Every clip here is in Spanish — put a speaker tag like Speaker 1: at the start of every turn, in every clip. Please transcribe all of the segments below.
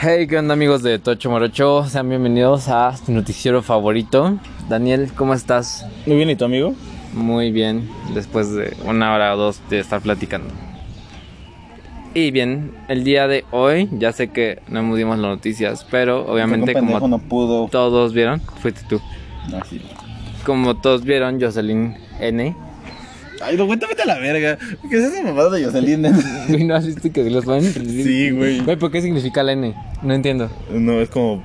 Speaker 1: Hey, ¿qué onda amigos de Tocho Morocho? Sean bienvenidos a su noticiero favorito. Daniel, ¿cómo estás?
Speaker 2: Muy bien, ¿y tu amigo?
Speaker 1: Muy bien, después de una hora o dos de estar platicando. Y bien, el día de hoy, ya sé que no nos dimos las noticias, pero obviamente
Speaker 2: Creo que un pendejo
Speaker 1: como
Speaker 2: no pudo.
Speaker 1: todos vieron, fuiste tú.
Speaker 2: Así.
Speaker 1: Como todos vieron, Jocelyn N.
Speaker 2: Ay, no, cuéntame a la verga. ¿Qué es esa mamada de Jocelyn?
Speaker 1: Güey, ¿No has visto que los van?
Speaker 2: Sí, güey.
Speaker 1: Güey, ¿por qué significa la N? No entiendo.
Speaker 2: no, es como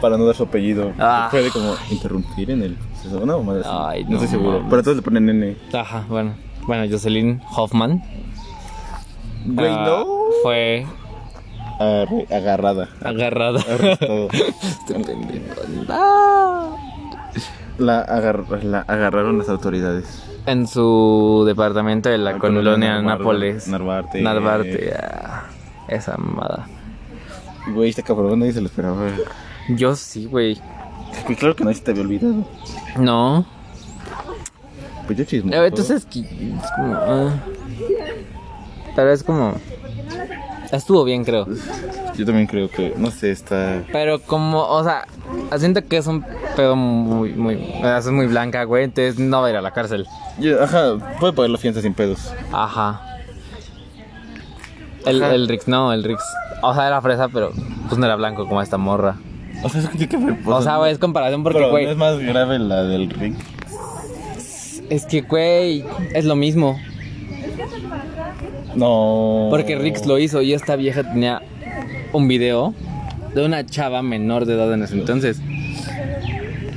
Speaker 2: para no dar su apellido.
Speaker 1: Ah.
Speaker 2: Puede como interrumpir en el proceso. Una mamada así.
Speaker 1: Ay,
Speaker 2: no,
Speaker 1: no
Speaker 2: estoy seguro.
Speaker 1: mames.
Speaker 2: Pero todos le ponen nene.
Speaker 1: Ajá, bueno. Bueno, Jocelyn Hoffman.
Speaker 2: Güey,
Speaker 1: ah,
Speaker 2: no.
Speaker 1: Fue
Speaker 2: Ah, Arre- agarrada.
Speaker 1: agarrada.
Speaker 2: Arrestado.
Speaker 1: Este pendejo. Ah.
Speaker 2: la, agar- la agarraron las autoridades.
Speaker 1: En su departamento de la,
Speaker 2: La Ah, colonia
Speaker 1: colonia
Speaker 2: Narvar-
Speaker 1: Nápoles.
Speaker 2: Narvarte.
Speaker 1: Narvarte. ah, esa mamada.
Speaker 2: Güey, este cabrón nadie se lo esperaba.
Speaker 1: Yo sí, güey.
Speaker 2: Pues claro que nadie se te había olvidado.
Speaker 1: No.
Speaker 2: Pues yo chismo.
Speaker 1: Eh, Entonces, qui- es como. ah. Pero es como. Estuvo bien, creo.
Speaker 2: Yo también creo que, no sé, está.
Speaker 1: Pero como, o sea, siento que es un pedo muy, muy. Es muy blanca, güey. Entonces no va a ir a la cárcel.
Speaker 2: Yo- ajá, puede pagar la fianza sin pedos.
Speaker 1: Ajá. El,
Speaker 2: Ajá.
Speaker 1: el Rix, no, el Rix. O sea, era fresa, pero pues no era blanco como esta morra.
Speaker 2: O sea, es que tiene que ver.
Speaker 1: O sea, güey, es comparación porque,
Speaker 2: pero
Speaker 1: güey,
Speaker 2: ¿no es más grave la del ring.
Speaker 1: es que, güey, es lo mismo.
Speaker 2: No.
Speaker 1: Porque Rix lo hizo y esta vieja tenía un video de una chava menor de edad en ese entonces.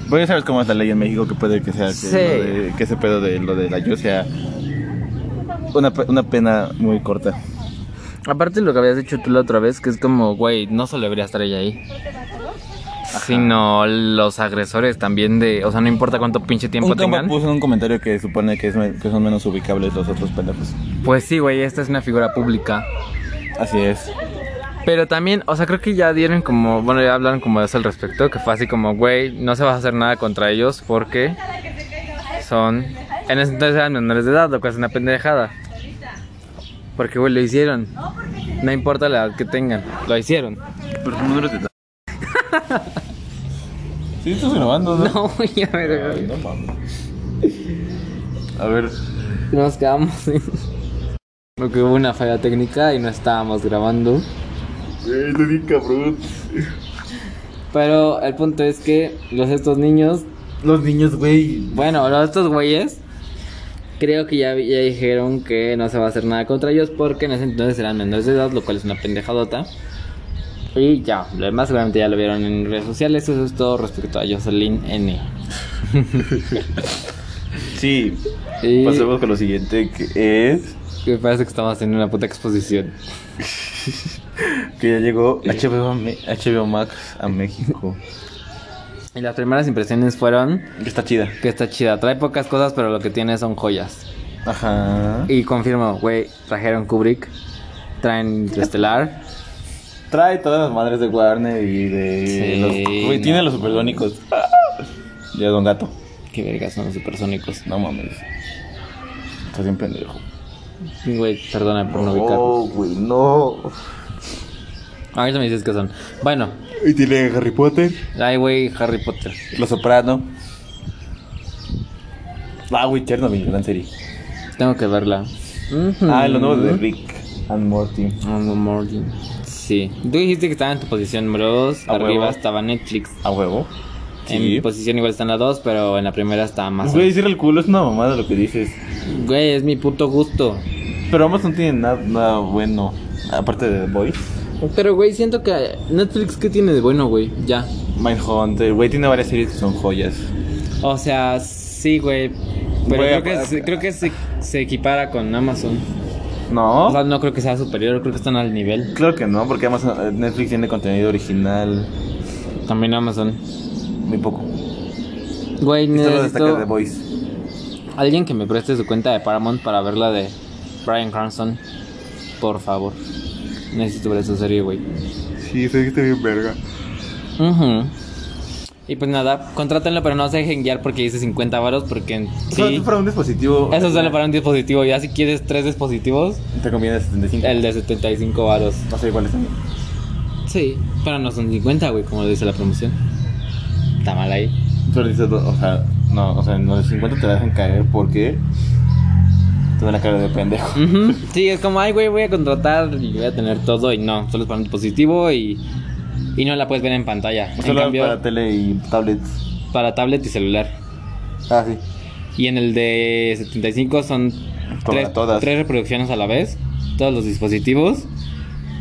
Speaker 2: Voy a saber cómo es la ley en México que puede que sea. Que,
Speaker 1: Sí.
Speaker 2: lo de- que ese pedo de lo de la yo sea. Una, pe- una pena muy corta.
Speaker 1: Aparte lo que habías dicho tú la otra vez, que es como, güey, no solo debería estar ella ahí. Sino los agresores también de, o sea, no importa cuánto pinche tiempo
Speaker 2: Un campo
Speaker 1: tengan.
Speaker 2: puso en un comentario que supone que, es me- que son menos ubicables los otros pendejos.
Speaker 1: Pues sí, güey, esta es una figura pública.
Speaker 2: Así es.
Speaker 1: Pero también, o sea, creo que ya dieron como, bueno, ya hablaron como de eso al respecto, que fue así como, güey, no se va a hacer nada contra ellos porque son, en ese entonces eran menores de edad, lo cual es una pendejada. Porque, güey, lo hicieron. No importa la edad que tengan, lo hicieron.
Speaker 2: Pero son números de. sí, estás grabando, ¿no?
Speaker 1: No, ya me
Speaker 2: Ay, no mames. A ver.
Speaker 1: Nos quedamos sin- Porque hubo una falla técnica y no estábamos grabando.
Speaker 2: Güey, no di cabrón.
Speaker 1: Pero el punto es que los estos niños
Speaker 2: Los niños, güey.
Speaker 1: Bueno, los- estos güeyes creo que ya, ya dijeron que no se va a hacer nada contra ellos porque en ese entonces eran menores de edad, lo cual es una pendejadota. Y ya, lo demás seguramente ya lo vieron en redes sociales. Eso es todo respecto a Jocelyn N.
Speaker 2: Sí.
Speaker 1: Y
Speaker 2: Pasemos con lo siguiente que es
Speaker 1: me parece que estamos en una puta exposición.
Speaker 2: que ya llegó HBO, a Me- HBO Max a México.
Speaker 1: Y las primeras impresiones fueron
Speaker 2: Está chida.
Speaker 1: que está chida. Trae pocas cosas, pero lo que tiene son joyas.
Speaker 2: Ajá.
Speaker 1: Y confirmo, güey, trajeron Kubrick, traen Interestelar.
Speaker 2: Trae todas las madres de Warner y de
Speaker 1: Sí,
Speaker 2: los güey,
Speaker 1: no.
Speaker 2: tiene los supersónicos. Ah. Ya Don Gato.
Speaker 1: Qué vergas son los supersónicos.
Speaker 2: No mames. Estás bien pendejo.
Speaker 1: Güey, perdona por no ubicarlos.
Speaker 2: No, güey, no.
Speaker 1: Ahorita me dices que son. Bueno,
Speaker 2: Y tiene Harry Potter,
Speaker 1: ay, güey, Harry Potter.
Speaker 2: Los Soprano. Ah, güey, Chernobyl, gran serie.
Speaker 1: Tengo que verla.
Speaker 2: Ah, lo nuevo de Rick and Morty.
Speaker 1: On the morning. Sí. Tú dijiste que estaba en tu posición número 2.
Speaker 2: A
Speaker 1: Arriba
Speaker 2: huevo.
Speaker 1: estaba Netflix.
Speaker 2: A huevo. pues,
Speaker 1: En mi posición igual está en la 2, pero en la primera está más.
Speaker 2: Güey, cierra el culo, es una mamada lo que dices.
Speaker 1: Güey, es mi puto gusto.
Speaker 2: Pero Amazon no tiene nada, nada bueno. Aparte de The Boys.
Speaker 1: Pero, güey, siento que Netflix, ¿qué tiene de bueno, güey? Ya.
Speaker 2: Mindhunter, güey, tiene varias series que son joyas.
Speaker 1: O sea, sí, güey. Pero
Speaker 2: Güey,
Speaker 1: creo que,
Speaker 2: aparte-
Speaker 1: se- creo que se, se equipara con Amazon.
Speaker 2: ¿No?
Speaker 1: O sea, no creo que sea superior, creo que están al nivel.
Speaker 2: Claro que no, porque Amazon, eh, Netflix tiene contenido original.
Speaker 1: También Amazon.
Speaker 2: Muy poco.
Speaker 1: Güey,
Speaker 2: Y solo
Speaker 1: necesito...
Speaker 2: destaca The Boys.
Speaker 1: Alguien que me preste su cuenta de Paramount para ver la de Brian Cranston. Por favor. Necesito ver esa serie, güey.
Speaker 2: Sí, se dijiste bien verga.
Speaker 1: Ujú. Y pues nada, contrátenlo, pero no se dejen guiar porque dice 50 varos, porque sí.
Speaker 2: para un dispositivo.
Speaker 1: Eso solo para un dispositivo. Ya si quieres tres dispositivos,
Speaker 2: Te conviene 75.
Speaker 1: el de 75 varos.
Speaker 2: No sé cuál es también.
Speaker 1: Sí, pero no son 50, güey, como dice la promoción. Está mal ahí.
Speaker 2: Pero dices, o sea, no, o sea, en los 50 te la dejan caer porque te dan la cara de pendejo.
Speaker 1: Ujú. Sí, es como, ay, güey, voy a contratar y voy a tener todo y no, solo es para un dispositivo y, y no la puedes ver en pantalla. en
Speaker 2: Solo
Speaker 1: cambio,
Speaker 2: para
Speaker 1: para,
Speaker 2: tele y tablets.
Speaker 1: tablet y celular.
Speaker 2: Ah, sí.
Speaker 1: Y en el de 75 son
Speaker 2: Para
Speaker 1: tres,
Speaker 2: todas.
Speaker 1: tres reproducciones a la vez, todos los dispositivos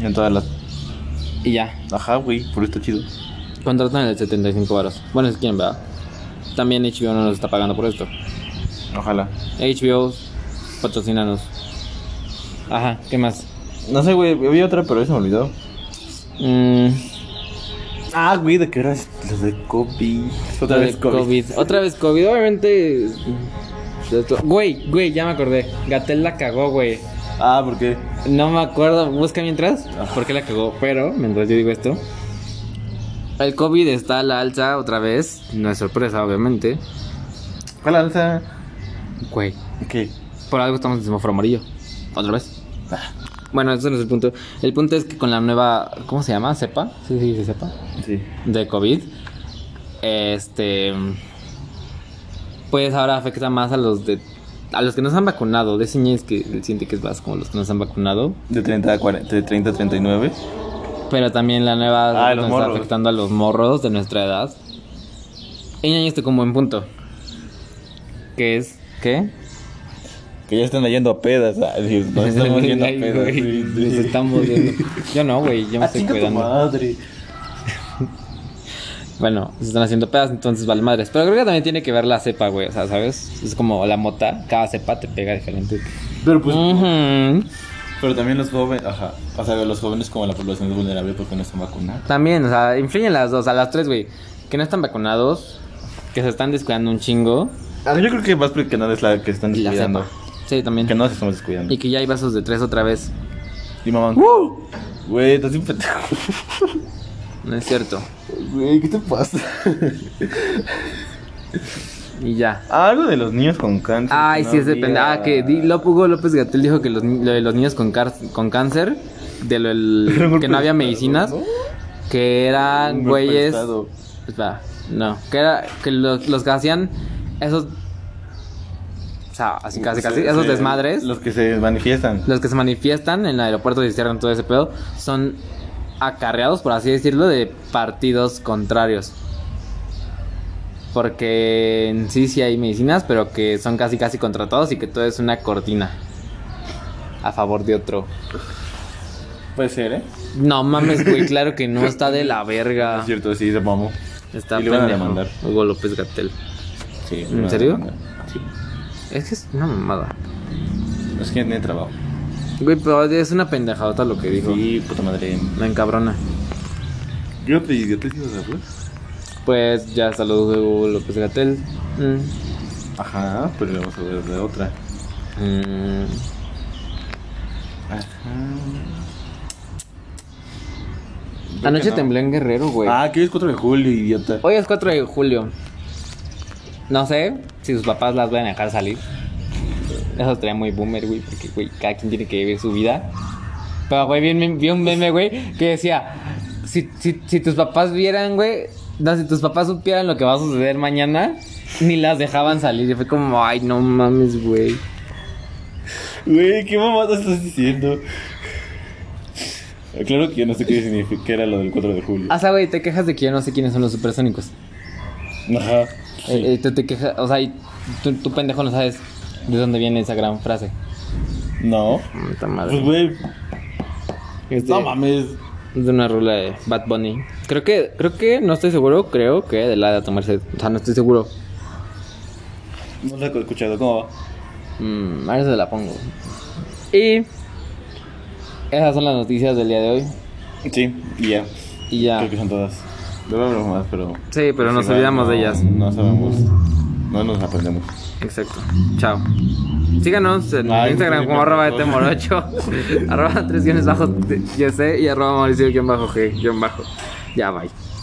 Speaker 2: En todas las.
Speaker 1: y ya.
Speaker 2: Ajá, güey, por esto chido.
Speaker 1: Contratan el de 75 varos. Bueno, es quien, ¿verdad? También HBO no nos está pagando por esto.
Speaker 2: Ojalá.
Speaker 1: HBO, patrocinanos. Ajá, ¿qué más?
Speaker 2: No sé, güey, vi otra, pero eso me olvidó.
Speaker 1: Mm,
Speaker 2: Ah, güey, de qué era lo de COVID.
Speaker 1: Otra vez COVID. Otra vez COVID. Obviamente. de esto- Güey, güey, ya me acordé. Gatel la cagó, güey.
Speaker 2: Ah, ¿por qué?
Speaker 1: No me acuerdo. Busca mientras. ¿Por qué la cagó? Pero, mientras yo digo esto. El COVID está a la alza otra vez. No es sorpresa, obviamente.
Speaker 2: ¿Cuál alza?
Speaker 1: Güey.
Speaker 2: ¿Qué?
Speaker 1: Por algo estamos en semáforo amarillo. Otra vez. Bueno, ese no es el punto. El punto es que con la nueva. ¿Cómo se llama? ¿Cepa? Sí, sí, sí, cepa.
Speaker 2: Sí.
Speaker 1: de COVID. Este. Pues ahora afecta más a los de. A los que no se han vacunado. Dicen es que siente que es más como los que no se han vacunado.
Speaker 2: De 30 a 40, de 30 a 39.
Speaker 1: Pero también la nueva
Speaker 2: Ah, los
Speaker 1: nos está
Speaker 2: morros.
Speaker 1: afectando a los morros de nuestra edad. Y ya estoy como en punto. Que es. ¿Qué?
Speaker 2: Que ya están yendo a pedas. ah, sí, Nos estamos yendo a
Speaker 1: Ay,
Speaker 2: pedas.
Speaker 1: güey,
Speaker 2: sí, sí.
Speaker 1: nos estamos yendo. Yo no, güey, yo me
Speaker 2: Ah,
Speaker 1: estoy
Speaker 2: chinga tu
Speaker 1: cuidando.
Speaker 2: madre.
Speaker 1: Bueno, se están haciendo pedas, entonces vale madres. Pero creo que también tiene que ver la cepa, güey. O sea, ¿sabes? Es como la mota. Cada cepa te pega diferente.
Speaker 2: Pero pues.
Speaker 1: Mm. Ujú.
Speaker 2: Pero también los jóvenes. Ajá. O sea, los jóvenes como la población es vulnerable porque no están vacunados.
Speaker 1: También, o sea, influyen las dos. A las tres, güey. Que no están vacunados. Que se están descuidando un chingo.
Speaker 2: Ah, yo creo que más porque nada es la que están
Speaker 1: Y la
Speaker 2: descuidando.
Speaker 1: cepa. Sí, también.
Speaker 2: Que no se estamos descuidando.
Speaker 1: Y que ya hay vasos de tres otra vez.
Speaker 2: Y mamá. Güey, estás un pendejo.
Speaker 1: No es cierto.
Speaker 2: Güey, ¿qué te pasa?
Speaker 1: Y ya.
Speaker 2: Ah, Algo de los niños con cáncer.
Speaker 1: Ay,
Speaker 2: que
Speaker 1: sí,
Speaker 2: no
Speaker 1: es depende.
Speaker 2: había-
Speaker 1: Ah, que di- Lop- Hugo López Gatel dijo que los, ni- lo de los niños con, car- con cáncer, de lo del-
Speaker 2: Era un golpe
Speaker 1: que no había
Speaker 2: de estado,
Speaker 1: medicinas,
Speaker 2: ¿no?
Speaker 1: que
Speaker 2: Un
Speaker 1: eran
Speaker 2: golpe de
Speaker 1: güeyes.
Speaker 2: estado.
Speaker 1: Espera, no, que era que los, los que hacían esos. O sea, así casi, casi,
Speaker 2: Se-
Speaker 1: esos
Speaker 2: se-
Speaker 1: desmadres, los...
Speaker 2: pues, eh, Los que se manifiestan.
Speaker 1: que se manifiestan en el aeropuerto y cierran todo ese pedo, son acarreados, por así decirlo, de partidos contrarios. Porque en sí sí hay medicinas, pero que son casi casi contratados y que todo es una cortina a favor de otro.
Speaker 2: Puede ser, ¿eh?
Speaker 1: No mames, güey, claro que no está de la verga.
Speaker 2: Es cierto, sí, se mamó.
Speaker 1: Está
Speaker 2: Y le van a
Speaker 1: pendejo.
Speaker 2: demandar.
Speaker 1: Hugo López Gatel.
Speaker 2: Sí,
Speaker 1: ¿En
Speaker 2: no,
Speaker 1: serio?
Speaker 2: no, no. Sí.
Speaker 1: Es que es una mamada.
Speaker 2: Es que tiene trabajo.
Speaker 1: Güey, pero es una pendejadota lo que dijo.
Speaker 2: Sí, puta madre.
Speaker 1: Me encabrona.
Speaker 2: Yo te yo te digo después.
Speaker 1: Pues ya saludos de Hugo López Gatel. Mm.
Speaker 2: Ajá, pero vamos a ver de otra. Mm, Ajá.
Speaker 1: Anoche
Speaker 2: no.
Speaker 1: temblé en Guerrero, güey.
Speaker 2: Ah, que hoy es 4 de julio, idiota.
Speaker 1: Hoy es 4 de julio. No sé si sus papás las van a dejar salir. Eso estaría muy boomer, güey, porque, güey, cada quien tiene que vivir su vida. Pero, güey, vi, un mem- vi un meme, güey, que decía, si, si, si tus papás vieran, güey, no, si tus papás supieran lo que va a suceder mañana, ni las dejaban salir. Y fue como, ay, no mames, güey.
Speaker 2: Güey, ¿qué mamada estás diciendo? Claro que yo no sé qué significa era lo del 4 de julio.
Speaker 1: O sea, güey, te quejas de que yo no sé quiénes son los supersónicos.
Speaker 2: Ajá.
Speaker 1: Eh, eh, tú te quejas, o sea, y tú, tú pendejo no sabes de dónde viene esa gran frase. eh.
Speaker 2: No.
Speaker 1: Puta
Speaker 2: Pues,
Speaker 1: madre.
Speaker 2: güey,
Speaker 1: Este-
Speaker 2: no mames.
Speaker 1: Es de una rola de Bad Bunny. Creo que, creo que, no estoy seguro, creo que de la de tomarse. O sea, no estoy seguro.
Speaker 2: No la he escuchado, ¿cómo va?
Speaker 1: Mm, ahora se la pongo. Y esas son las noticias del día de hoy.
Speaker 2: Sí, y ya.
Speaker 1: Y ya.
Speaker 2: Creo que son todas. Debe haber más, pero. pues
Speaker 1: Sí, pero nos
Speaker 2: igual
Speaker 1: olvidamos de
Speaker 2: no-
Speaker 1: ellas.
Speaker 2: No sabemos. No nos aprendemos.
Speaker 1: Exacto. Chao. Síganos en
Speaker 2: Ay,
Speaker 1: Instagram
Speaker 2: sí,
Speaker 1: como
Speaker 2: por
Speaker 1: arroba
Speaker 2: favor.
Speaker 1: temorocho, arroba tres guiones bajo yc y arroba mauricio guión bajo g guión bajo. Ya, bye.